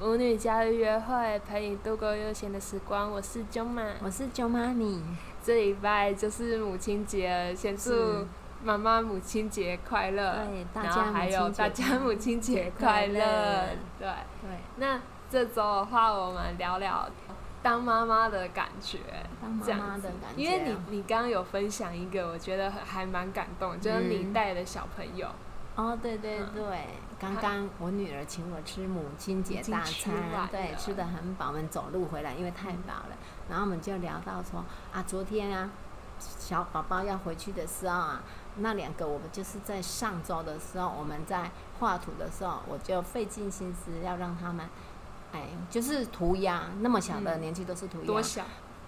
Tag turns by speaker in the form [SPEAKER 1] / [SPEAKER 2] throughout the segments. [SPEAKER 1] 母女交流约会，陪你度过悠闲的时光。我是 j o m a
[SPEAKER 2] 我是舅妈你，
[SPEAKER 1] 这礼拜就是母亲节了，先祝
[SPEAKER 2] 是
[SPEAKER 1] 妈妈母亲节快乐，
[SPEAKER 2] 对大
[SPEAKER 1] 然后
[SPEAKER 2] 家
[SPEAKER 1] 还有
[SPEAKER 2] 母亲节
[SPEAKER 1] 大家母亲节快乐
[SPEAKER 2] 快乐。
[SPEAKER 1] 对，
[SPEAKER 2] 对，
[SPEAKER 1] 那这周的话，我们聊聊当妈妈的感觉。
[SPEAKER 2] 当妈
[SPEAKER 1] 这样
[SPEAKER 2] 妈
[SPEAKER 1] 子
[SPEAKER 2] 的感觉，
[SPEAKER 1] 因为你你刚刚有分享一个，我觉得很还蛮感动，就是你
[SPEAKER 2] 嗯
[SPEAKER 1] 带的小朋友，
[SPEAKER 2] 哦，对对
[SPEAKER 1] 嗯
[SPEAKER 2] 对，刚刚我女儿请我吃母亲节大
[SPEAKER 1] 已经吃完
[SPEAKER 2] 餐，对
[SPEAKER 1] 了，嗯
[SPEAKER 2] 吃的很饱，我们走路回来，因为太饱了，然后我们就聊到说啊，昨天啊，小宝宝要回去的时候啊，那两个我们就是在上周的时候，我们在画图的时候，我就费尽心思要让他们。哎，就是涂鸦，那么小的
[SPEAKER 1] 嗯
[SPEAKER 2] 年纪都是涂鸦，
[SPEAKER 1] 多小？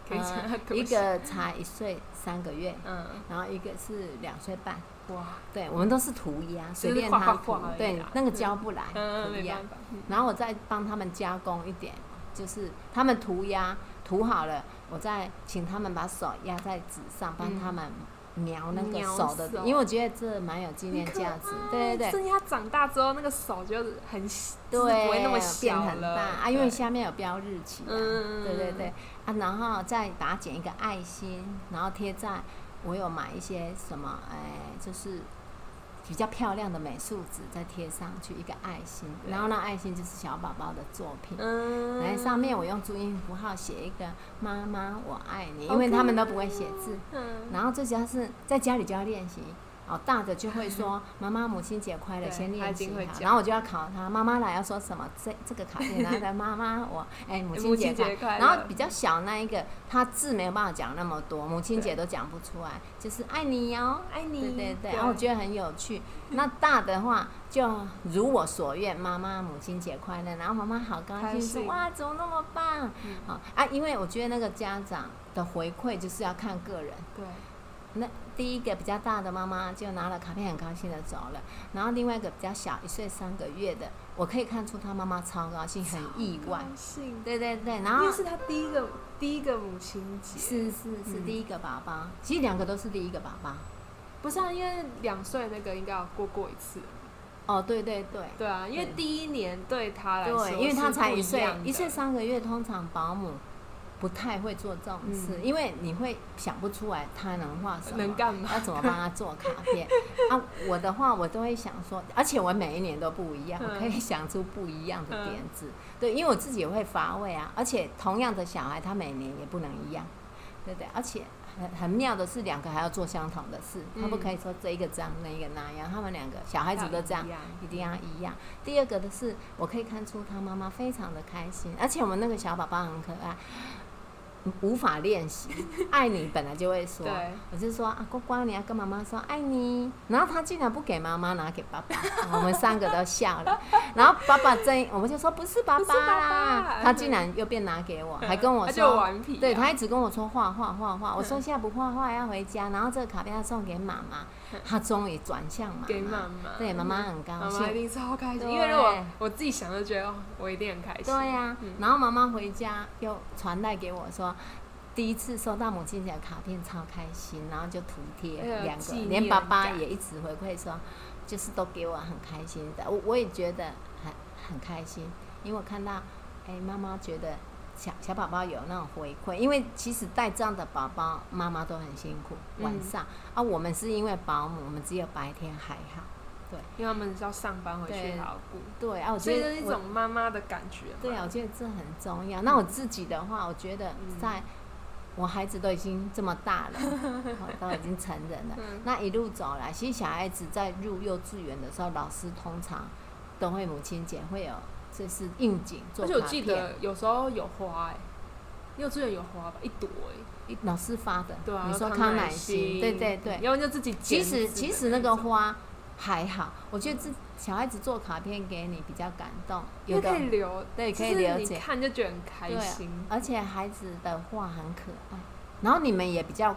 [SPEAKER 1] 可以
[SPEAKER 2] 呃
[SPEAKER 1] 讲他多
[SPEAKER 2] 一
[SPEAKER 1] 小，
[SPEAKER 2] 个才一岁三个月，
[SPEAKER 1] 嗯，
[SPEAKER 2] 然后一个是两岁半。
[SPEAKER 1] 哇，
[SPEAKER 2] 对，我们都是涂鸦，随便
[SPEAKER 1] 画
[SPEAKER 2] 他
[SPEAKER 1] 画
[SPEAKER 2] 涂
[SPEAKER 1] 画而已。
[SPEAKER 2] 对
[SPEAKER 1] 啦，
[SPEAKER 2] 那个教不来
[SPEAKER 1] 嗯，
[SPEAKER 2] 涂
[SPEAKER 1] 没
[SPEAKER 2] 鸦
[SPEAKER 1] 办，法，嗯
[SPEAKER 2] 然后我再帮他们加工一点，就是他们涂鸦涂好了，我再请他们把手压在纸上，帮
[SPEAKER 1] 嗯
[SPEAKER 2] 他们描那个
[SPEAKER 1] 描
[SPEAKER 2] 手的，
[SPEAKER 1] 手嗯
[SPEAKER 2] 因为我觉得这蛮有纪念
[SPEAKER 1] 很可
[SPEAKER 2] 价值。
[SPEAKER 1] 爱
[SPEAKER 2] 对对对。
[SPEAKER 1] 剩下长大之后，那个手就很细就是
[SPEAKER 2] 对，
[SPEAKER 1] 不会那么
[SPEAKER 2] 变
[SPEAKER 1] 小
[SPEAKER 2] 很大
[SPEAKER 1] 了
[SPEAKER 2] 啊，因为下面有标日期、啊，
[SPEAKER 1] 嗯
[SPEAKER 2] 对对对啊，然后再把它剪一个爱心，然后贴在我有买一些什么，哎，就是比较漂亮的美术纸，再贴上去一个爱心，
[SPEAKER 1] 对
[SPEAKER 2] 然后那爱心就是小宝宝的作品。
[SPEAKER 1] 嗯，
[SPEAKER 2] 然后上面我用注音符号写一个“妈妈我爱你”，
[SPEAKER 1] 好
[SPEAKER 2] 因为
[SPEAKER 1] 可
[SPEAKER 2] 他们都不
[SPEAKER 1] 爱
[SPEAKER 2] 会写字，
[SPEAKER 1] 嗯，
[SPEAKER 2] 然后最主要是在家里就要练习。哦，大的就会说妈妈母亲节快乐，
[SPEAKER 1] 嗯对
[SPEAKER 2] 先
[SPEAKER 1] 他
[SPEAKER 2] 练
[SPEAKER 1] 已经
[SPEAKER 2] 习
[SPEAKER 1] 会
[SPEAKER 2] 好，
[SPEAKER 1] 讲
[SPEAKER 2] 然后我就要考他妈妈来要说什么，这这个考验，然后再妈妈我哎母亲节
[SPEAKER 1] 母亲节快乐
[SPEAKER 2] 快乐，然后比较小那一个他字没有办法讲那么多，母亲节都讲不出来，就是爱你哦，
[SPEAKER 1] 爱你，
[SPEAKER 2] 对对对，然后我觉得很有趣。那大的话就如我所愿，妈妈母亲节快乐，然后妈妈好高
[SPEAKER 1] 开
[SPEAKER 2] 兴说
[SPEAKER 1] 心
[SPEAKER 2] 哇怎么那么棒，好啊，因为我觉得那个家长的回馈就是要看个人。
[SPEAKER 1] 对，
[SPEAKER 2] 那第一个比较大的妈妈就拿了卡片，很高兴的走了。然后另外一个比较小，一岁三个月的，我可以看出她妈妈超高兴，很意外。
[SPEAKER 1] 高兴，
[SPEAKER 2] 对对对，然
[SPEAKER 1] 因
[SPEAKER 2] 后
[SPEAKER 1] 为是他第一个第一个母亲节，
[SPEAKER 2] 是是是
[SPEAKER 1] 嗯
[SPEAKER 2] 第一个宝宝，其实两个都是第一个宝宝。
[SPEAKER 1] 不是啊？因为两岁那个应该有过过一次，
[SPEAKER 2] 哦，对对对
[SPEAKER 1] 对啊，因为
[SPEAKER 2] 嗯
[SPEAKER 1] 第一年对他来说是不
[SPEAKER 2] 对，
[SPEAKER 1] 样的，
[SPEAKER 2] 因为她才一岁，一岁三个月，通常保姆不太会做这种事，
[SPEAKER 1] 嗯
[SPEAKER 2] 因为你会想不出来她能画什么，
[SPEAKER 1] 能干嘛
[SPEAKER 2] 要怎么帮他做卡片啊？我的话，我都会想说，而且我每一年都不一样，
[SPEAKER 1] 嗯
[SPEAKER 2] 我可以想出不一样的点子。对，因为我自己也会乏味啊，而且同样的小孩，他每年也不能一样，对不对？而且很很妙的是，两个还要做相同的事，
[SPEAKER 1] 嗯
[SPEAKER 2] 他不可以说这一个这样，那一个那样，他们两个小孩子都这样
[SPEAKER 1] 要一样。
[SPEAKER 2] 一定要一样。第二个的是，我可以看出他妈妈非常的开心，而且我们那个小宝宝很可爱，无法练习，爱你本来就会说
[SPEAKER 1] 对，
[SPEAKER 2] 我就说啊，呱呱，你要跟妈妈说爱你，然后他竟然不给妈妈，拿给爸爸，我们三个都笑了，然后爸爸真，我们就说不是爸
[SPEAKER 1] 不是
[SPEAKER 2] 爸
[SPEAKER 1] 爸
[SPEAKER 2] 啦
[SPEAKER 1] 爸，
[SPEAKER 2] 他竟然又变拿给我，还跟我
[SPEAKER 1] 他就
[SPEAKER 2] 说。
[SPEAKER 1] 顽皮啊，
[SPEAKER 2] 对他一直跟我说画画画画，我
[SPEAKER 1] 嗯
[SPEAKER 2] 说现在不画画要回家，然后这个卡片要送给妈妈，他终于转向妈妈，
[SPEAKER 1] 嗯给妈妈，
[SPEAKER 2] 对，妈妈很高
[SPEAKER 1] 嗯妈妈一
[SPEAKER 2] 兴。
[SPEAKER 1] 定超开心，
[SPEAKER 2] 对
[SPEAKER 1] 因为如果我自己想就觉得哦，我一定很开心。
[SPEAKER 2] 对啊呀、
[SPEAKER 1] 嗯
[SPEAKER 2] 然后妈妈回家又传带给我说，第一次收到母亲节的卡片超开心，然后就图贴
[SPEAKER 1] 哎呦
[SPEAKER 2] 两
[SPEAKER 1] 纪
[SPEAKER 2] 个，
[SPEAKER 1] 念
[SPEAKER 2] 连爸爸
[SPEAKER 1] 感
[SPEAKER 2] 也一直回馈说，就是都给我很开心的，
[SPEAKER 1] 嗯
[SPEAKER 2] 我我也觉得很很开心，因为我看到，哎，妈妈觉得。小小宝宝有那种回馈，因为其实带这样的宝宝，妈妈都很辛苦。晚
[SPEAKER 1] 嗯
[SPEAKER 2] 上、啊，我们是因为保姆，我们只有白天还好。
[SPEAKER 1] 因为他们是要上班回去
[SPEAKER 2] 对
[SPEAKER 1] 好好顾，
[SPEAKER 2] 对啊，我
[SPEAKER 1] 所
[SPEAKER 2] 觉
[SPEAKER 1] 以
[SPEAKER 2] 得
[SPEAKER 1] 这是一
[SPEAKER 2] 我
[SPEAKER 1] 种妈妈的感觉嘛。
[SPEAKER 2] 对啊，我觉得这很重要。
[SPEAKER 1] 嗯
[SPEAKER 2] 那我自己的话，我觉得在我孩子都已经这么大了，好都已经成人 了，
[SPEAKER 1] 嗯
[SPEAKER 2] 那一路走来，其实小孩子在入幼稚园的时候，老师通常都会母亲节会有这是应景做
[SPEAKER 1] 而且我
[SPEAKER 2] 卡
[SPEAKER 1] 记
[SPEAKER 2] 片，
[SPEAKER 1] 得有时候有花哎、幼稚园有花吧，一朵哎、
[SPEAKER 2] 老师发的。
[SPEAKER 1] 对啊，
[SPEAKER 2] 你说
[SPEAKER 1] 康
[SPEAKER 2] 康乃
[SPEAKER 1] 馨，
[SPEAKER 2] 馨，对对对。
[SPEAKER 1] 要不就自己
[SPEAKER 2] 其
[SPEAKER 1] 剪
[SPEAKER 2] 实
[SPEAKER 1] 纸
[SPEAKER 2] 其
[SPEAKER 1] 的
[SPEAKER 2] 实那个
[SPEAKER 1] 种，
[SPEAKER 2] 花还好，我觉得这小孩子做卡片给你比较感动，
[SPEAKER 1] 因
[SPEAKER 2] 有
[SPEAKER 1] 为
[SPEAKER 2] 的
[SPEAKER 1] 可以留，
[SPEAKER 2] 对
[SPEAKER 1] 就
[SPEAKER 2] 可以
[SPEAKER 1] 是
[SPEAKER 2] 了
[SPEAKER 1] 你
[SPEAKER 2] 解。啊呃
[SPEAKER 1] 看就觉得很开心。
[SPEAKER 2] 而且孩子的画很可爱，然后你们也比较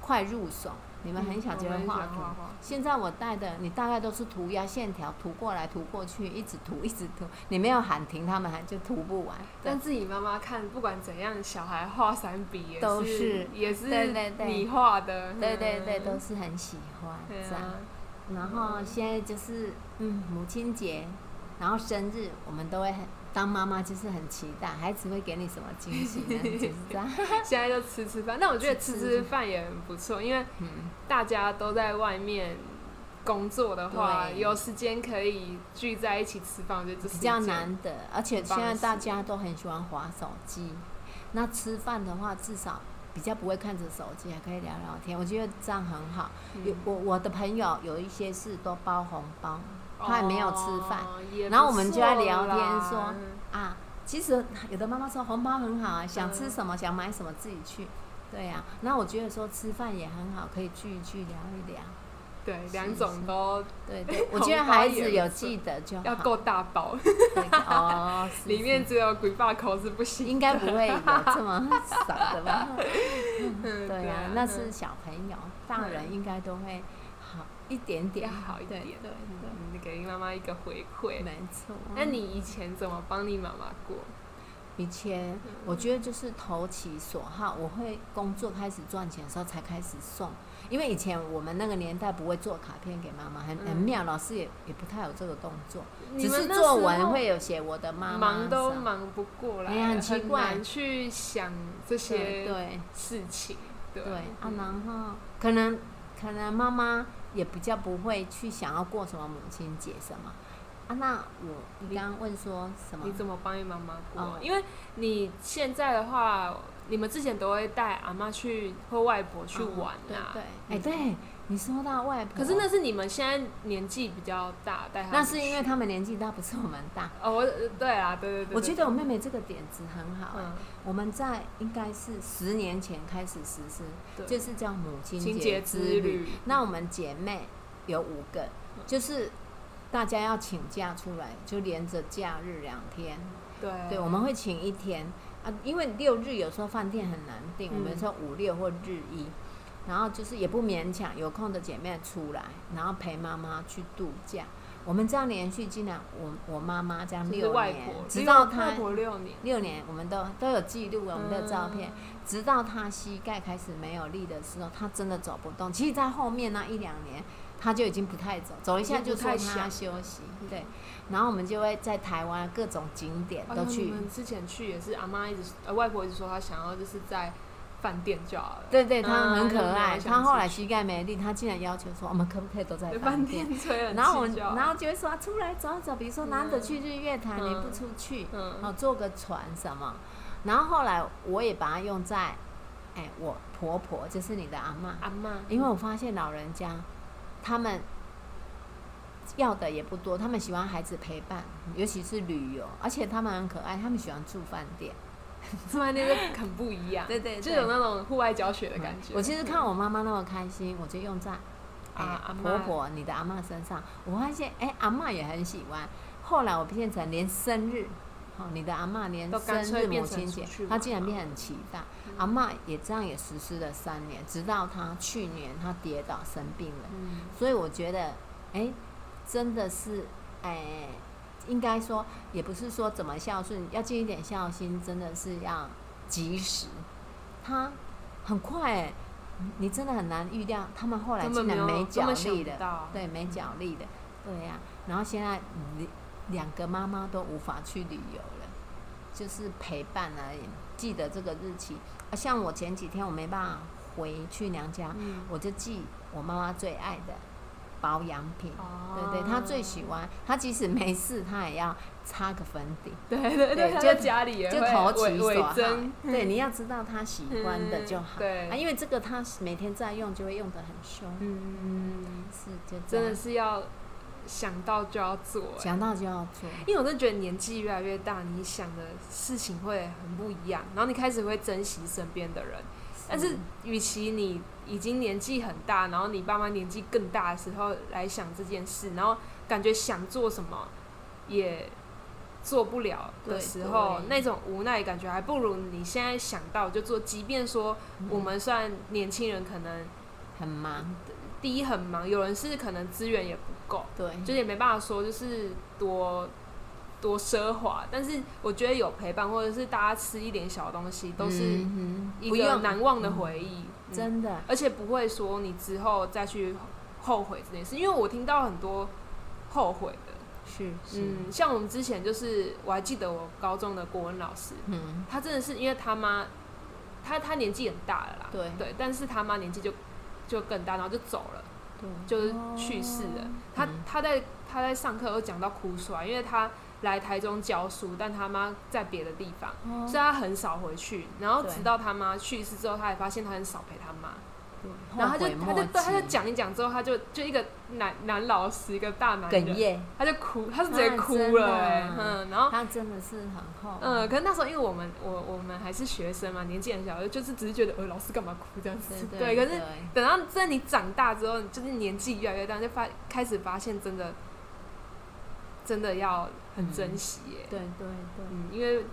[SPEAKER 2] 快入手，你们很小就会
[SPEAKER 1] 嗯我
[SPEAKER 2] 画
[SPEAKER 1] 们很喜
[SPEAKER 2] 图。
[SPEAKER 1] 欢画画
[SPEAKER 2] 现在我带的，你大概都是涂鸦线条，涂过来涂过去，一直涂一直涂，你没有喊停，他们还就涂不完。
[SPEAKER 1] 但自己妈妈看，不管怎样，小孩画三笔也
[SPEAKER 2] 都
[SPEAKER 1] 是
[SPEAKER 2] 是
[SPEAKER 1] 也是
[SPEAKER 2] 对对对
[SPEAKER 1] 你画的，
[SPEAKER 2] 对对对，
[SPEAKER 1] 嗯
[SPEAKER 2] 都是很喜欢
[SPEAKER 1] 对
[SPEAKER 2] 这样。
[SPEAKER 1] 啊，
[SPEAKER 2] 然后现在就是嗯母亲节，然后生日，我们都会很当妈妈就是很期待，孩子会给你什么惊喜 呢？就是这样。
[SPEAKER 1] 现在就吃吃饭。那我觉得吃
[SPEAKER 2] 吃
[SPEAKER 1] 吃饭也很不错，因为
[SPEAKER 2] 嗯，
[SPEAKER 1] 大家都在外面工作的话，
[SPEAKER 2] 对
[SPEAKER 1] 有时间可以聚在一起吃饭，我觉得这是
[SPEAKER 2] 比
[SPEAKER 1] 一
[SPEAKER 2] 较
[SPEAKER 1] 件。
[SPEAKER 2] 难得，而且
[SPEAKER 1] 很棒
[SPEAKER 2] 现
[SPEAKER 1] 的
[SPEAKER 2] 在大
[SPEAKER 1] 事
[SPEAKER 2] 家都很喜欢划手机。那吃饭的话，至少比较不会看着手机，还可以聊聊天。我觉得这样很好。有
[SPEAKER 1] 嗯
[SPEAKER 2] 我我的朋友有一些是都包红包他也没有吃饭
[SPEAKER 1] 哦也
[SPEAKER 2] 然后我们
[SPEAKER 1] 不
[SPEAKER 2] 就在
[SPEAKER 1] 错
[SPEAKER 2] 聊天
[SPEAKER 1] 啦
[SPEAKER 2] 说啊。其实有的妈妈说红包很好啊，想吃
[SPEAKER 1] 嗯
[SPEAKER 2] 什么、想买什么自己去。对呀、那我觉得说吃饭也很好，可以聚一聚聊一聊。
[SPEAKER 1] 对，
[SPEAKER 2] 是
[SPEAKER 1] 两
[SPEAKER 2] 是
[SPEAKER 1] 种都
[SPEAKER 2] 对对，我
[SPEAKER 1] 红
[SPEAKER 2] 觉得
[SPEAKER 1] 包
[SPEAKER 2] 孩
[SPEAKER 1] 也
[SPEAKER 2] 子
[SPEAKER 1] 不
[SPEAKER 2] 有
[SPEAKER 1] 错
[SPEAKER 2] 记得就好。
[SPEAKER 1] 要够大包，
[SPEAKER 2] 对哦，是
[SPEAKER 1] 里
[SPEAKER 2] 是
[SPEAKER 1] 面只有鬼爸口是不行的。
[SPEAKER 2] 应该不会有这么少的吧？
[SPEAKER 1] 嗯
[SPEAKER 2] 对呀、那是小朋友，大人应该都会好一点
[SPEAKER 1] 要
[SPEAKER 2] 点。
[SPEAKER 1] 好一
[SPEAKER 2] 对
[SPEAKER 1] 点。
[SPEAKER 2] 对对，
[SPEAKER 1] 嗯，给妈妈一个回馈。
[SPEAKER 2] 没错。
[SPEAKER 1] 那你以前怎么帮你妈妈过？
[SPEAKER 2] 以前我觉得就是投其所好，我会工作开始赚钱的时候才开始送，因为以前我们那个年代不会做卡片给妈妈，很很
[SPEAKER 1] 嗯
[SPEAKER 2] 妙，老师也也不太有这个动作，
[SPEAKER 1] 你
[SPEAKER 2] 只
[SPEAKER 1] 们
[SPEAKER 2] 是
[SPEAKER 1] 那
[SPEAKER 2] 作
[SPEAKER 1] 时
[SPEAKER 2] 文
[SPEAKER 1] 候
[SPEAKER 2] 会有写我的妈妈
[SPEAKER 1] 忙都
[SPEAKER 2] 什么
[SPEAKER 1] 忙不过来，
[SPEAKER 2] 哎呀很奇怪
[SPEAKER 1] 难去想这
[SPEAKER 2] 对
[SPEAKER 1] 些
[SPEAKER 2] 对。
[SPEAKER 1] 事情。对
[SPEAKER 2] 对啊，
[SPEAKER 1] 嗯
[SPEAKER 2] 然后可能可能妈妈也比较不会去想要过什么母亲节什么啊。那我你刚刚问说什么
[SPEAKER 1] 你？怎么帮你妈妈过？
[SPEAKER 2] 哦
[SPEAKER 1] 因为你现在的话，你们之前都会带阿妈去或外婆去
[SPEAKER 2] 嗯
[SPEAKER 1] 玩啊。
[SPEAKER 2] 对对，哎、对你说到外婆，
[SPEAKER 1] 可是那是你们现在年纪比较大，带她
[SPEAKER 2] 那
[SPEAKER 1] 们
[SPEAKER 2] 是
[SPEAKER 1] 去
[SPEAKER 2] 因为他们年纪大，不是我们大。
[SPEAKER 1] 哦，我对啊，对对对
[SPEAKER 2] 我觉
[SPEAKER 1] 对
[SPEAKER 2] 得我妹妹这个点子很好、哎
[SPEAKER 1] 嗯，
[SPEAKER 2] 我们在应该是十年前开始实施，
[SPEAKER 1] 对
[SPEAKER 2] 就是叫母亲
[SPEAKER 1] 清
[SPEAKER 2] 节
[SPEAKER 1] 洁
[SPEAKER 2] 之
[SPEAKER 1] 之
[SPEAKER 2] 旅。
[SPEAKER 1] 旅，嗯
[SPEAKER 2] 那我们姐妹有五个，就是大家要请假出来，就连着假日两天，
[SPEAKER 1] 对
[SPEAKER 2] 对，我们会请一天啊，因为六日有时候饭店很难订，我们
[SPEAKER 1] 嗯
[SPEAKER 2] 说五六或日一，然后就是也不勉强，有空的姐妹出来，然后陪妈妈去度假。我们这样连续进来，我我妈妈这样
[SPEAKER 1] 就是
[SPEAKER 2] 六
[SPEAKER 1] 外
[SPEAKER 2] 年
[SPEAKER 1] 婆，，
[SPEAKER 2] 直
[SPEAKER 1] 六
[SPEAKER 2] 到
[SPEAKER 1] 外
[SPEAKER 2] 她
[SPEAKER 1] 婆六年，
[SPEAKER 2] 六年，我们都都有记录，我们的照片，
[SPEAKER 1] 嗯
[SPEAKER 2] 直到她膝盖开始没有力的时候，她真的走不动。其实，在后面那一两年，她就已经不太走，走一下
[SPEAKER 1] 已经
[SPEAKER 2] 就
[SPEAKER 1] 不
[SPEAKER 2] 说
[SPEAKER 1] 太
[SPEAKER 2] 她
[SPEAKER 1] 想
[SPEAKER 2] 休息。
[SPEAKER 1] 嗯
[SPEAKER 2] 对，然后我们就会在台湾各种景点
[SPEAKER 1] 嗯。
[SPEAKER 2] 都
[SPEAKER 1] 哦
[SPEAKER 2] 去。
[SPEAKER 1] 你们之前去也是阿妈一直呃外婆一直说她想要就是在饭店就好了，
[SPEAKER 2] 对对，他
[SPEAKER 1] 嗯
[SPEAKER 2] 很可
[SPEAKER 1] 那没有
[SPEAKER 2] 爱。
[SPEAKER 1] 想
[SPEAKER 2] 他后
[SPEAKER 1] 出
[SPEAKER 2] 来膝盖没力，他竟然要求说：“我们可不可以都在
[SPEAKER 1] 在
[SPEAKER 2] 饭
[SPEAKER 1] 饭
[SPEAKER 2] 店
[SPEAKER 1] 店吹？”冷
[SPEAKER 2] 然后我，
[SPEAKER 1] 气就好
[SPEAKER 2] 然后就会说：“出来走走，比如说难得
[SPEAKER 1] 嗯
[SPEAKER 2] 去日月潭，你不
[SPEAKER 1] 嗯
[SPEAKER 2] 出去，然后
[SPEAKER 1] 嗯，
[SPEAKER 2] 坐个船什么。”然后后来我也把它用在，哎，我婆婆就是你的阿妈，
[SPEAKER 1] 阿妈，
[SPEAKER 2] 因为我发现老人家他们要的也不多，他们喜欢孩子陪伴，尤其是旅游，而且他们很可爱，他们喜欢住饭店。
[SPEAKER 1] 吃饭店就很不一样，
[SPEAKER 2] 对对
[SPEAKER 1] 就
[SPEAKER 2] 对
[SPEAKER 1] 有那种户外教学的感觉。
[SPEAKER 2] 我其实看我妈妈那么开心，我就用在哎、
[SPEAKER 1] 啊阿嬷
[SPEAKER 2] 婆婆你的阿嬷身上。我发现哎、阿嬷也很喜欢。后来我变成连生日，哦，你的阿嬷连
[SPEAKER 1] 都干
[SPEAKER 2] 生
[SPEAKER 1] 脆
[SPEAKER 2] 日、母
[SPEAKER 1] 变成
[SPEAKER 2] 亲
[SPEAKER 1] 出
[SPEAKER 2] 节
[SPEAKER 1] 去，
[SPEAKER 2] 她
[SPEAKER 1] 玩
[SPEAKER 2] 竟然
[SPEAKER 1] 了
[SPEAKER 2] 变得很期待。阿嬷也这样也实施了三年，直到她去年她跌倒生病了。
[SPEAKER 1] 嗯，
[SPEAKER 2] 所以我觉得，哎、真的是，哎、应该说也不是说怎么孝顺，要尽一点孝心，真的是要及时。他很快、哎，你真的很难预料，他们后来
[SPEAKER 1] 根
[SPEAKER 2] 竟
[SPEAKER 1] 本没
[SPEAKER 2] 然
[SPEAKER 1] 有
[SPEAKER 2] 没
[SPEAKER 1] 根
[SPEAKER 2] 脚
[SPEAKER 1] 本想
[SPEAKER 2] 力
[SPEAKER 1] 不
[SPEAKER 2] 的，
[SPEAKER 1] 到，
[SPEAKER 2] 对，没脚力的，对呀、然后现在两两个妈妈都无法去旅游了，就是陪伴而已。记得这个日期，啊，像我前几天我没办法回去娘家，
[SPEAKER 1] 嗯，
[SPEAKER 2] 我就寄我妈妈最爱的保养品，
[SPEAKER 1] 哦
[SPEAKER 2] 对对，她最喜欢，她即使没事，她也要擦个粉底，
[SPEAKER 1] 对对
[SPEAKER 2] 对
[SPEAKER 1] 对，她
[SPEAKER 2] 就
[SPEAKER 1] 在家里也
[SPEAKER 2] 就
[SPEAKER 1] 会
[SPEAKER 2] 投其
[SPEAKER 1] 伪
[SPEAKER 2] 所好
[SPEAKER 1] 伪真，。
[SPEAKER 2] 对，你要知道她喜欢的就好，
[SPEAKER 1] 嗯对
[SPEAKER 2] 啊，因为这个她每天在用，就会用得很凶，
[SPEAKER 1] 嗯，
[SPEAKER 2] 是就这
[SPEAKER 1] 真
[SPEAKER 2] 样
[SPEAKER 1] 的是要想到就要做、欸
[SPEAKER 2] 想到就要做，
[SPEAKER 1] 因为我真的觉得年纪越来越大，你想的事情会很不一样，然后你开始会珍惜身边的人。但
[SPEAKER 2] 嗯
[SPEAKER 1] 是，与其你已经年纪很大，然后你爸妈年纪更大的时候来想这件事，然后感觉想做什么也做不了的时候
[SPEAKER 2] 对，对
[SPEAKER 1] 那种无奈感觉，还不如你现在想到就做。即便说
[SPEAKER 2] 嗯
[SPEAKER 1] 我们虽然年轻人可能
[SPEAKER 2] 很忙，
[SPEAKER 1] 第一很忙，有人是可能资源也不够，
[SPEAKER 2] 对，
[SPEAKER 1] 就是也没办法说就是多多奢华，但是我觉得有陪伴或者是大家吃一点小东西，都是
[SPEAKER 2] 嗯哼
[SPEAKER 1] 一
[SPEAKER 2] 不
[SPEAKER 1] 个
[SPEAKER 2] 用
[SPEAKER 1] 难忘的回忆，嗯
[SPEAKER 2] 真的，
[SPEAKER 1] 而且不会说你之后再去后悔这件事，因为我听到很多后悔的，
[SPEAKER 2] 是是，
[SPEAKER 1] 嗯，像我们之前就是，我还记得我高中的国文老师，
[SPEAKER 2] 嗯，
[SPEAKER 1] 他真的是因为他妈，他他年纪很大了啦，
[SPEAKER 2] 对
[SPEAKER 1] 对，但是他妈年纪就就更大，然后就走了，
[SPEAKER 2] 对，
[SPEAKER 1] 就是去世了。他
[SPEAKER 2] 嗯
[SPEAKER 1] 他在他在上课有讲到哭出来，因为他来台中教书，但他妈在别的地方，
[SPEAKER 2] 哦
[SPEAKER 1] 所以他很少回去。然后
[SPEAKER 2] 对
[SPEAKER 1] 直到他妈去世之后，他才发现他很少陪他妈。
[SPEAKER 2] 对
[SPEAKER 1] 然后他就
[SPEAKER 2] 后悔
[SPEAKER 1] 他就
[SPEAKER 2] 莫
[SPEAKER 1] 对他就
[SPEAKER 2] 及
[SPEAKER 1] 讲一讲之后，他就就一个男男老师，一个大男
[SPEAKER 2] 哽
[SPEAKER 1] 人，
[SPEAKER 2] 咽，
[SPEAKER 1] 他就哭，他是直接
[SPEAKER 2] 啊
[SPEAKER 1] 哭
[SPEAKER 2] 真的
[SPEAKER 1] 了、欸
[SPEAKER 2] 啊
[SPEAKER 1] 嗯，然后
[SPEAKER 2] 他真的是很啊后悔，
[SPEAKER 1] 嗯，可是那时候因为我们我我们还是学生嘛，年纪很小，就是只是觉得呃老师干嘛哭这样子，
[SPEAKER 2] 对
[SPEAKER 1] 可是等到真的你长大之后，就是年纪越来越大，就发开始发现真的真的要很
[SPEAKER 2] 嗯
[SPEAKER 1] 珍惜耶，
[SPEAKER 2] 对对对，
[SPEAKER 1] 嗯，因为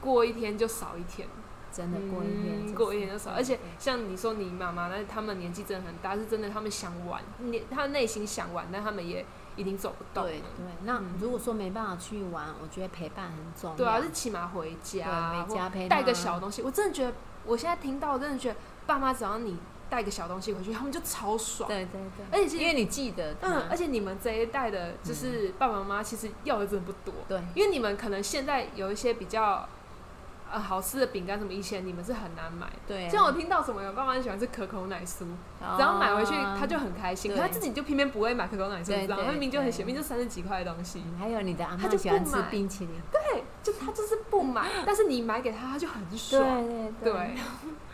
[SPEAKER 1] 过一天就少一天，
[SPEAKER 2] 真的过一
[SPEAKER 1] 嗯
[SPEAKER 2] 天、就是
[SPEAKER 1] 过一天就少，而且
[SPEAKER 2] 对
[SPEAKER 1] 像你说你妈妈，那他们年纪真的很大，是真的他们想玩，你他内心想玩，但他们也已经走不动了
[SPEAKER 2] 对，对，那
[SPEAKER 1] 嗯
[SPEAKER 2] 如果说没办法去玩，我觉得陪伴很重要。
[SPEAKER 1] 对啊，是起码回家啊，
[SPEAKER 2] 对，
[SPEAKER 1] 或
[SPEAKER 2] 回家陪
[SPEAKER 1] 带个
[SPEAKER 2] 他
[SPEAKER 1] 小东西，我真的觉得，我现在听到，我真的觉得爸妈只要你带个小东西回去，他们就超爽。
[SPEAKER 2] 对对对，
[SPEAKER 1] 而且其
[SPEAKER 2] 因
[SPEAKER 1] 实，
[SPEAKER 2] 为你记得他，
[SPEAKER 1] 嗯，而且你们这一代的，就是爸爸妈妈其实要的真的不多，
[SPEAKER 2] 对
[SPEAKER 1] 因为你们可能现在有一些比较呃好吃的饼干什么，以前你们是很难买的。
[SPEAKER 2] 对啊，
[SPEAKER 1] 像我听到什么，有爸妈很喜欢吃可口奶酥，只要买回去
[SPEAKER 2] 哦
[SPEAKER 1] 他就很开心，
[SPEAKER 2] 对
[SPEAKER 1] 可他自己就偏偏不会买可口奶酥，
[SPEAKER 2] 对
[SPEAKER 1] 你知道吗？
[SPEAKER 2] 对
[SPEAKER 1] 他明明就很
[SPEAKER 2] 对
[SPEAKER 1] 喜欢，明明就三十几块的东西，
[SPEAKER 2] 还有你的阿
[SPEAKER 1] 他
[SPEAKER 2] 妈
[SPEAKER 1] 就
[SPEAKER 2] 喜
[SPEAKER 1] 不
[SPEAKER 2] 欢吃
[SPEAKER 1] 买
[SPEAKER 2] 冰淇淋，
[SPEAKER 1] 对，就他就是不买， 但是你买给他，他就很
[SPEAKER 2] 对
[SPEAKER 1] 爽。
[SPEAKER 2] 对
[SPEAKER 1] 对，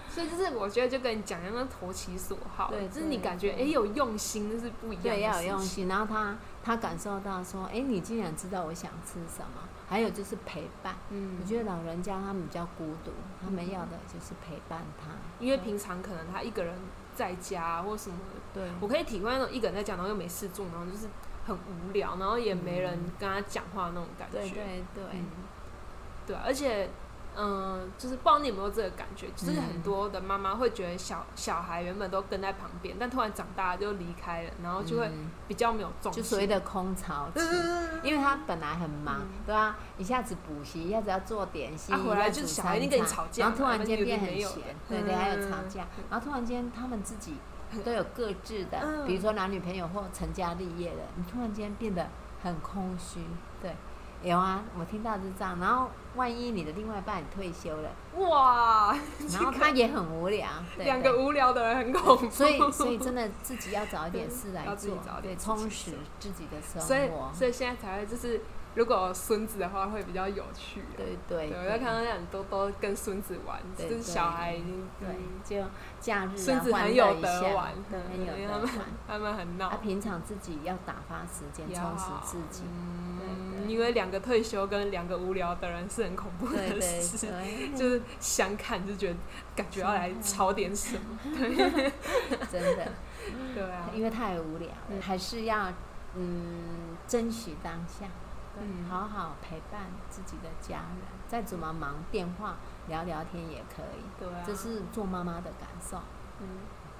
[SPEAKER 1] 所以就是我觉得就跟你讲一样，要投其所好，
[SPEAKER 2] 对
[SPEAKER 1] 就是你
[SPEAKER 2] 对
[SPEAKER 1] 感觉哎、
[SPEAKER 2] 对
[SPEAKER 1] 诶有用心，就是不一样，
[SPEAKER 2] 对，要有用。心。然后他他感受到说，哎，你竟然知道我想吃什么。还有就是陪伴，
[SPEAKER 1] 嗯
[SPEAKER 2] 我，觉得老人家他们比较孤独，他们要的就是陪伴他。
[SPEAKER 1] 因为平常可能他一个人在家或什么的，
[SPEAKER 2] 对
[SPEAKER 1] 我可以体会那种一个人在家，然后又没事做，然后就是很无聊，然后也没人跟他讲话那种感觉。
[SPEAKER 2] 对对对，
[SPEAKER 1] 嗯对啊而且。嗯，就是不知道你有没有这个感觉，就是
[SPEAKER 2] 嗯
[SPEAKER 1] 很多的妈妈会觉得小小孩原本都跟在旁边，但突然长大就离开了，然后就会嗯
[SPEAKER 2] 嗯
[SPEAKER 1] 比较没有重
[SPEAKER 2] 就
[SPEAKER 1] 心。
[SPEAKER 2] 所谓的空巢期，因为他本来很忙，对吧、一下子补习，一下子要做点
[SPEAKER 1] 嗯
[SPEAKER 2] 心，
[SPEAKER 1] 啊回来
[SPEAKER 2] 一下
[SPEAKER 1] 就
[SPEAKER 2] 煮
[SPEAKER 1] 小孩一定
[SPEAKER 2] 三
[SPEAKER 1] 跟你
[SPEAKER 2] 餐
[SPEAKER 1] 吵架
[SPEAKER 2] 然后突
[SPEAKER 1] 嘛
[SPEAKER 2] 然
[SPEAKER 1] 那
[SPEAKER 2] 间
[SPEAKER 1] 就
[SPEAKER 2] 变
[SPEAKER 1] 一定
[SPEAKER 2] 很
[SPEAKER 1] 没有
[SPEAKER 2] 闲
[SPEAKER 1] 的，
[SPEAKER 2] 对对，还有吵
[SPEAKER 1] 嗯
[SPEAKER 2] 架，然后突然间他们自己都有各自的，
[SPEAKER 1] 嗯
[SPEAKER 2] 比如说男女朋友或成家立业了，你突然间变得很空虚，对。有啊，我听到是这样。然后万一你的另外一半也退休 了，
[SPEAKER 1] 哇，
[SPEAKER 2] 然后他也很无聊，对
[SPEAKER 1] 两
[SPEAKER 2] 对
[SPEAKER 1] 个无聊的人很恐 怖。
[SPEAKER 2] 所以所以真的自己要找一点事来
[SPEAKER 1] 要自己
[SPEAKER 2] 做
[SPEAKER 1] 找，一
[SPEAKER 2] 对，
[SPEAKER 1] 点事
[SPEAKER 2] 充
[SPEAKER 1] 情
[SPEAKER 2] 实自己的生活。
[SPEAKER 1] 所以所以现在才会就是，如果有孙子的话会比较有趣啊。
[SPEAKER 2] 对对
[SPEAKER 1] 对，我在看到那很多都跟孙子玩，
[SPEAKER 2] 对
[SPEAKER 1] 就是
[SPEAKER 2] 对
[SPEAKER 1] 小孩已经
[SPEAKER 2] 对
[SPEAKER 1] 嗯，
[SPEAKER 2] 就假日
[SPEAKER 1] 孙
[SPEAKER 2] 啊
[SPEAKER 1] 子
[SPEAKER 2] 欢
[SPEAKER 1] 很
[SPEAKER 2] 乐
[SPEAKER 1] 有
[SPEAKER 2] 一
[SPEAKER 1] 得
[SPEAKER 2] 下
[SPEAKER 1] 玩，
[SPEAKER 2] 对，很有
[SPEAKER 1] 因为
[SPEAKER 2] 得
[SPEAKER 1] 他们
[SPEAKER 2] 玩。
[SPEAKER 1] 他们很
[SPEAKER 2] 啊
[SPEAKER 1] 闹，，
[SPEAKER 2] 平常自己要打发时间，充实
[SPEAKER 1] 要
[SPEAKER 2] 自己。对
[SPEAKER 1] 嗯，
[SPEAKER 2] 对
[SPEAKER 1] 因为两个退休跟两个无聊的人 是很恐怖
[SPEAKER 2] 对
[SPEAKER 1] 的
[SPEAKER 2] 对
[SPEAKER 1] 事，
[SPEAKER 2] 对，
[SPEAKER 1] 就是相看就觉得感觉要来吵点什 么，
[SPEAKER 2] 真的，
[SPEAKER 1] 对啊，
[SPEAKER 2] 因为太无聊了，
[SPEAKER 1] 嗯
[SPEAKER 2] 还是要嗯珍惜当下，对，
[SPEAKER 1] 嗯
[SPEAKER 2] 好好陪伴自己的家人，再怎么忙，电话聊聊天也可以。
[SPEAKER 1] 对啊，
[SPEAKER 2] 这是做妈妈的感受。
[SPEAKER 1] 嗯，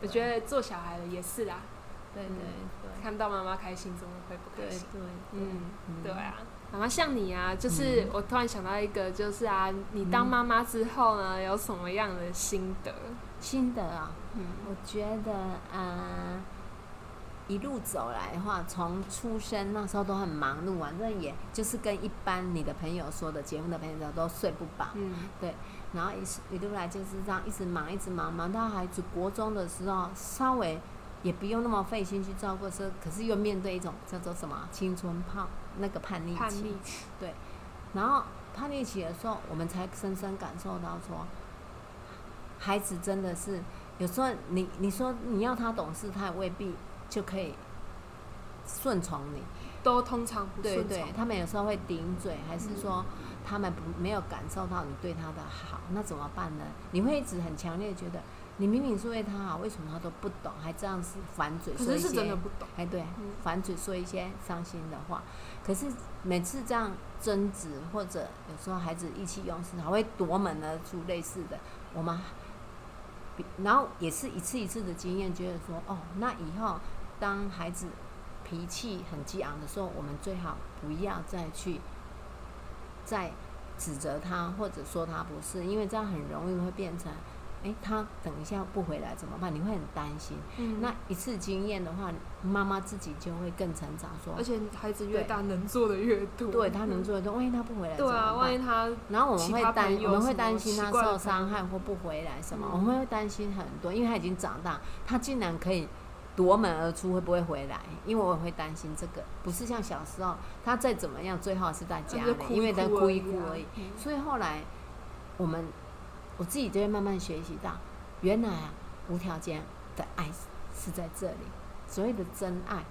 [SPEAKER 1] 我觉得做小孩的也是啦，
[SPEAKER 2] 对
[SPEAKER 1] 嗯
[SPEAKER 2] 对
[SPEAKER 1] 看到妈妈开心，怎么会不
[SPEAKER 2] 对
[SPEAKER 1] 开
[SPEAKER 2] 对
[SPEAKER 1] 心？
[SPEAKER 2] 对，
[SPEAKER 1] 嗯，
[SPEAKER 2] 嗯
[SPEAKER 1] 对啊。然后像你啊，就是我突然想到一个，就是啊，你
[SPEAKER 2] 嗯
[SPEAKER 1] 当妈妈之后呢，有什么样的心得？
[SPEAKER 2] 心得啊、
[SPEAKER 1] 嗯
[SPEAKER 2] 我觉得，呃，一路走来的话，从出生那时候都很忙碌，反正也就是跟一般你的朋友说的，结婚的朋友说都睡不饱，
[SPEAKER 1] 嗯
[SPEAKER 2] 然后一直一路来就是这样，一直忙，一直忙，忙到孩子国中的时候，稍微也不用那么费心去照顾，是可是又面对一种叫做什么青春泡那个叛逆
[SPEAKER 1] 叛
[SPEAKER 2] 期，
[SPEAKER 1] 逆，
[SPEAKER 2] 然后叛逆期的时候，我们才深深感受到说，孩子真的是有时候你你说你要他懂事，他也未必就可以顺从你。
[SPEAKER 1] 都通常不
[SPEAKER 2] 对
[SPEAKER 1] 顺从
[SPEAKER 2] 对。，他们有时候会顶嘴，还是说他们不没有感受到你对他的好，那怎么办呢？你会一直很强烈地觉得，你明明是为他好，为什么他都不懂，还这样子反嘴
[SPEAKER 1] 可
[SPEAKER 2] 说一
[SPEAKER 1] 是
[SPEAKER 2] 些？
[SPEAKER 1] 是真的不懂。
[SPEAKER 2] 哎，对
[SPEAKER 1] 嗯，
[SPEAKER 2] 反嘴说一些伤心的话。可是每次这样争执，或者有时候孩子意气用事，还会夺门而出类似的，我们比，然后也是一次一次的经验，觉得说，哦，那以后当孩子脾气很激昂的时候，我们最好不要再去再指责他，或者说他不是，因为这样很容易会变成诶，他等一下不回来怎么办？你会很担心。
[SPEAKER 1] 嗯
[SPEAKER 2] 那一次经验的话，妈妈自己就会更成长，说
[SPEAKER 1] 啊而，且孩子越大，能做的越多。
[SPEAKER 2] 对他能做的多，万一他不回来怎
[SPEAKER 1] 嗯对
[SPEAKER 2] 么
[SPEAKER 1] 啊，万一
[SPEAKER 2] 办？
[SPEAKER 1] 他
[SPEAKER 2] 然后我们
[SPEAKER 1] 其
[SPEAKER 2] 会
[SPEAKER 1] 他
[SPEAKER 2] 担
[SPEAKER 1] 朋，友
[SPEAKER 2] 我们
[SPEAKER 1] 什
[SPEAKER 2] 会
[SPEAKER 1] 么
[SPEAKER 2] 担心他
[SPEAKER 1] 奇怪的
[SPEAKER 2] 受伤
[SPEAKER 1] 朋友
[SPEAKER 2] 害或不回来什么，
[SPEAKER 1] 嗯
[SPEAKER 2] 我们会担心很多，因为他已经长大，他竟然可以夺门而出，会不会回来？因为我也会担心这个，不是像小时候，他再怎么样，最好是在家
[SPEAKER 1] 就
[SPEAKER 2] 里
[SPEAKER 1] 哭，
[SPEAKER 2] 因为他哭一哭
[SPEAKER 1] 而
[SPEAKER 2] 而
[SPEAKER 1] 已
[SPEAKER 2] 已
[SPEAKER 1] 啊。。
[SPEAKER 2] 所以后来我们我自己就会慢慢学习到，原来啊，无条件的爱是在这里，所谓的真爱。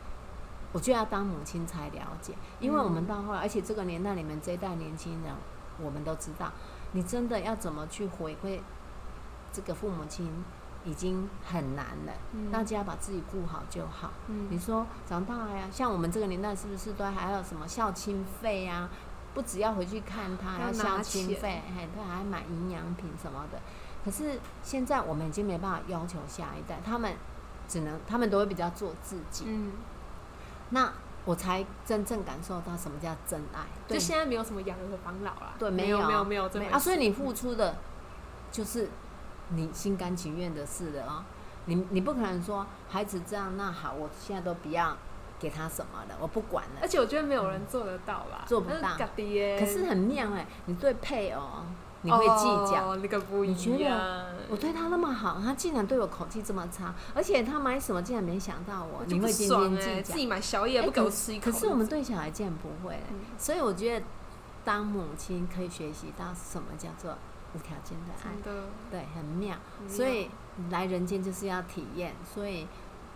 [SPEAKER 2] 我就要当母亲才了解，因为我们到后来，而且这个年代，你们这一代年轻人，我们都知道，你真的要怎么去回馈这个父母亲，已经很难了。
[SPEAKER 1] 嗯
[SPEAKER 2] 大家把自己顾好就好。
[SPEAKER 1] 嗯
[SPEAKER 2] 你说长大呀，像我们这个年代，是不是都还有什么孝亲费呀、啊？不只要回去看他，
[SPEAKER 1] 还要
[SPEAKER 2] 要
[SPEAKER 1] 拿
[SPEAKER 2] 孝亲
[SPEAKER 1] 钱
[SPEAKER 2] 费，哎，他还买营养品什么的。可是现在我们已经没办法要求下一代，他们只能，他们都会比较做自己。
[SPEAKER 1] 嗯，
[SPEAKER 2] 那我才真正感受到什么叫真爱。
[SPEAKER 1] 就
[SPEAKER 2] 对
[SPEAKER 1] 现在没有什么养儿防老啦。
[SPEAKER 2] 对
[SPEAKER 1] 没
[SPEAKER 2] 没有
[SPEAKER 1] 没有没有这
[SPEAKER 2] 没
[SPEAKER 1] 回
[SPEAKER 2] 啊，
[SPEAKER 1] 事
[SPEAKER 2] 所以你付出的就是你心甘情愿的事了哦。你你不可能说孩子这样，那好，我现在都不要给他什么了，我不管了
[SPEAKER 1] 而。且我觉得没有人做得到啦，
[SPEAKER 2] 做不到
[SPEAKER 1] 那是自己的
[SPEAKER 2] 可是很妙哎、你对配偶你会计较。
[SPEAKER 1] 哦那个不
[SPEAKER 2] 你觉
[SPEAKER 1] 一
[SPEAKER 2] 得
[SPEAKER 1] 样。
[SPEAKER 2] 我对他那么好，他竟然对我口气这么差，而且他买什么竟然没想到我，
[SPEAKER 1] 就
[SPEAKER 2] 你
[SPEAKER 1] 不
[SPEAKER 2] 会斤
[SPEAKER 1] 爽
[SPEAKER 2] 斤
[SPEAKER 1] 哎、
[SPEAKER 2] 计较
[SPEAKER 1] 自。己买宵夜
[SPEAKER 2] 哎
[SPEAKER 1] 不给我
[SPEAKER 2] 可
[SPEAKER 1] 吃一口。
[SPEAKER 2] 可是我们对小孩竟然不会、
[SPEAKER 1] 嗯
[SPEAKER 2] 所以我觉得当母亲可以学习到什么叫做无条件的爱
[SPEAKER 1] 真，的，
[SPEAKER 2] 对，很妙。
[SPEAKER 1] 嗯很
[SPEAKER 2] 所
[SPEAKER 1] 妙
[SPEAKER 2] 以来人间就是要体验，所以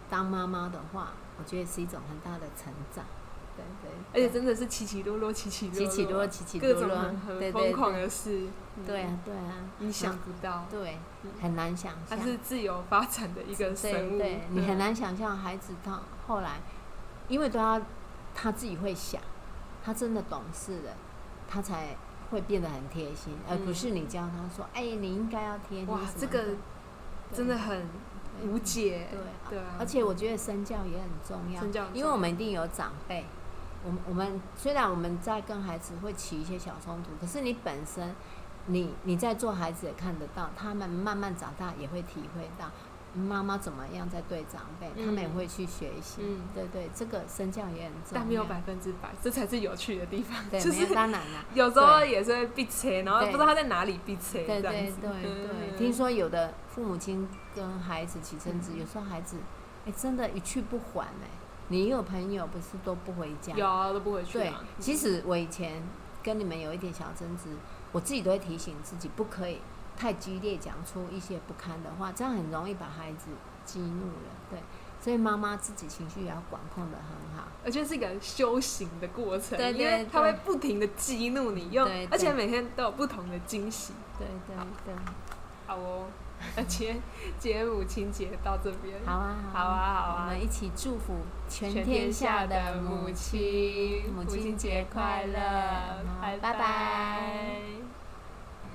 [SPEAKER 2] 当妈妈的话，我觉得是一种很大的成长。对
[SPEAKER 1] 而
[SPEAKER 2] 对，
[SPEAKER 1] 且真的是起起落落，起起落
[SPEAKER 2] 起
[SPEAKER 1] 落，
[SPEAKER 2] 起落落，起起
[SPEAKER 1] 各
[SPEAKER 2] 落
[SPEAKER 1] 种
[SPEAKER 2] 落
[SPEAKER 1] 很，很
[SPEAKER 2] 对对
[SPEAKER 1] 疯狂
[SPEAKER 2] 对，
[SPEAKER 1] 的事，嗯
[SPEAKER 2] 对啊对啊，
[SPEAKER 1] 你想不到，
[SPEAKER 2] 对
[SPEAKER 1] 嗯，
[SPEAKER 2] 很难想
[SPEAKER 1] 它
[SPEAKER 2] 象。
[SPEAKER 1] 是自由发展的一个生
[SPEAKER 2] 对
[SPEAKER 1] 物，嗯
[SPEAKER 2] 对，你很难想象孩子到后来，因为都要他自己会想，他真的懂事了，他才会变得很贴心，而不是你教他说：“哎、你应该要贴心。”
[SPEAKER 1] 哇，这个真的很无解，
[SPEAKER 2] 对。
[SPEAKER 1] 对啊，
[SPEAKER 2] 而且我觉得身教也很重要，
[SPEAKER 1] 身教很
[SPEAKER 2] 因
[SPEAKER 1] 重
[SPEAKER 2] 为
[SPEAKER 1] 要
[SPEAKER 2] 我们一定有长辈。我们我们虽然我们在跟孩子会起一些小冲突，可是你本身，你你在做孩子也看得到，他们慢慢长大也会体会到妈妈怎么样在对长辈，他们也
[SPEAKER 1] 嗯
[SPEAKER 2] 会去学习。
[SPEAKER 1] 嗯
[SPEAKER 2] 对对，这个身教也很重要。
[SPEAKER 1] 但没有百分之百，这才是有趣的地 方，
[SPEAKER 2] 对，
[SPEAKER 1] 就
[SPEAKER 2] 没有
[SPEAKER 1] 是
[SPEAKER 2] 当然啦。
[SPEAKER 1] 有时候也是会避车，然后
[SPEAKER 2] 对
[SPEAKER 1] 不知道他在哪里避车，这
[SPEAKER 2] 对
[SPEAKER 1] 样
[SPEAKER 2] 对
[SPEAKER 1] 子
[SPEAKER 2] 对对，
[SPEAKER 1] 嗯
[SPEAKER 2] 听说有的父母亲跟孩子起争执，有时候孩子，哎、真的，一去不还哎、你有朋友不是都不回家？
[SPEAKER 1] 有啊都不回去
[SPEAKER 2] 对
[SPEAKER 1] 啊，，
[SPEAKER 2] 即使我以前跟你们有一点小争执，我自己都会提醒自己不可以太激烈讲出一些不堪的话，这样很容易把孩子激怒了。对，所以妈妈自己情绪也要管控的很好。
[SPEAKER 1] 我觉得是一个修行的过程，
[SPEAKER 2] 对对
[SPEAKER 1] 因为他
[SPEAKER 2] 对
[SPEAKER 1] 会不停的激怒你，用
[SPEAKER 2] 对对
[SPEAKER 1] 而且每天都有不同的惊喜。
[SPEAKER 2] 对对对，
[SPEAKER 1] 好哦，那今天今天母亲节到这边，
[SPEAKER 2] 好啊
[SPEAKER 1] 好啊好
[SPEAKER 2] 我
[SPEAKER 1] 啊
[SPEAKER 2] 们一起祝福全
[SPEAKER 1] 全
[SPEAKER 2] 天
[SPEAKER 1] 天
[SPEAKER 2] 下
[SPEAKER 1] 下
[SPEAKER 2] 的
[SPEAKER 1] 的
[SPEAKER 2] 母
[SPEAKER 1] 母
[SPEAKER 2] 亲。
[SPEAKER 1] 亲，
[SPEAKER 2] 母
[SPEAKER 1] 母
[SPEAKER 2] 亲
[SPEAKER 1] 亲
[SPEAKER 2] 节
[SPEAKER 1] 节
[SPEAKER 2] 快
[SPEAKER 1] 快
[SPEAKER 2] 乐
[SPEAKER 1] 乐，
[SPEAKER 2] 好
[SPEAKER 1] 拜
[SPEAKER 2] 拜拜
[SPEAKER 1] 拜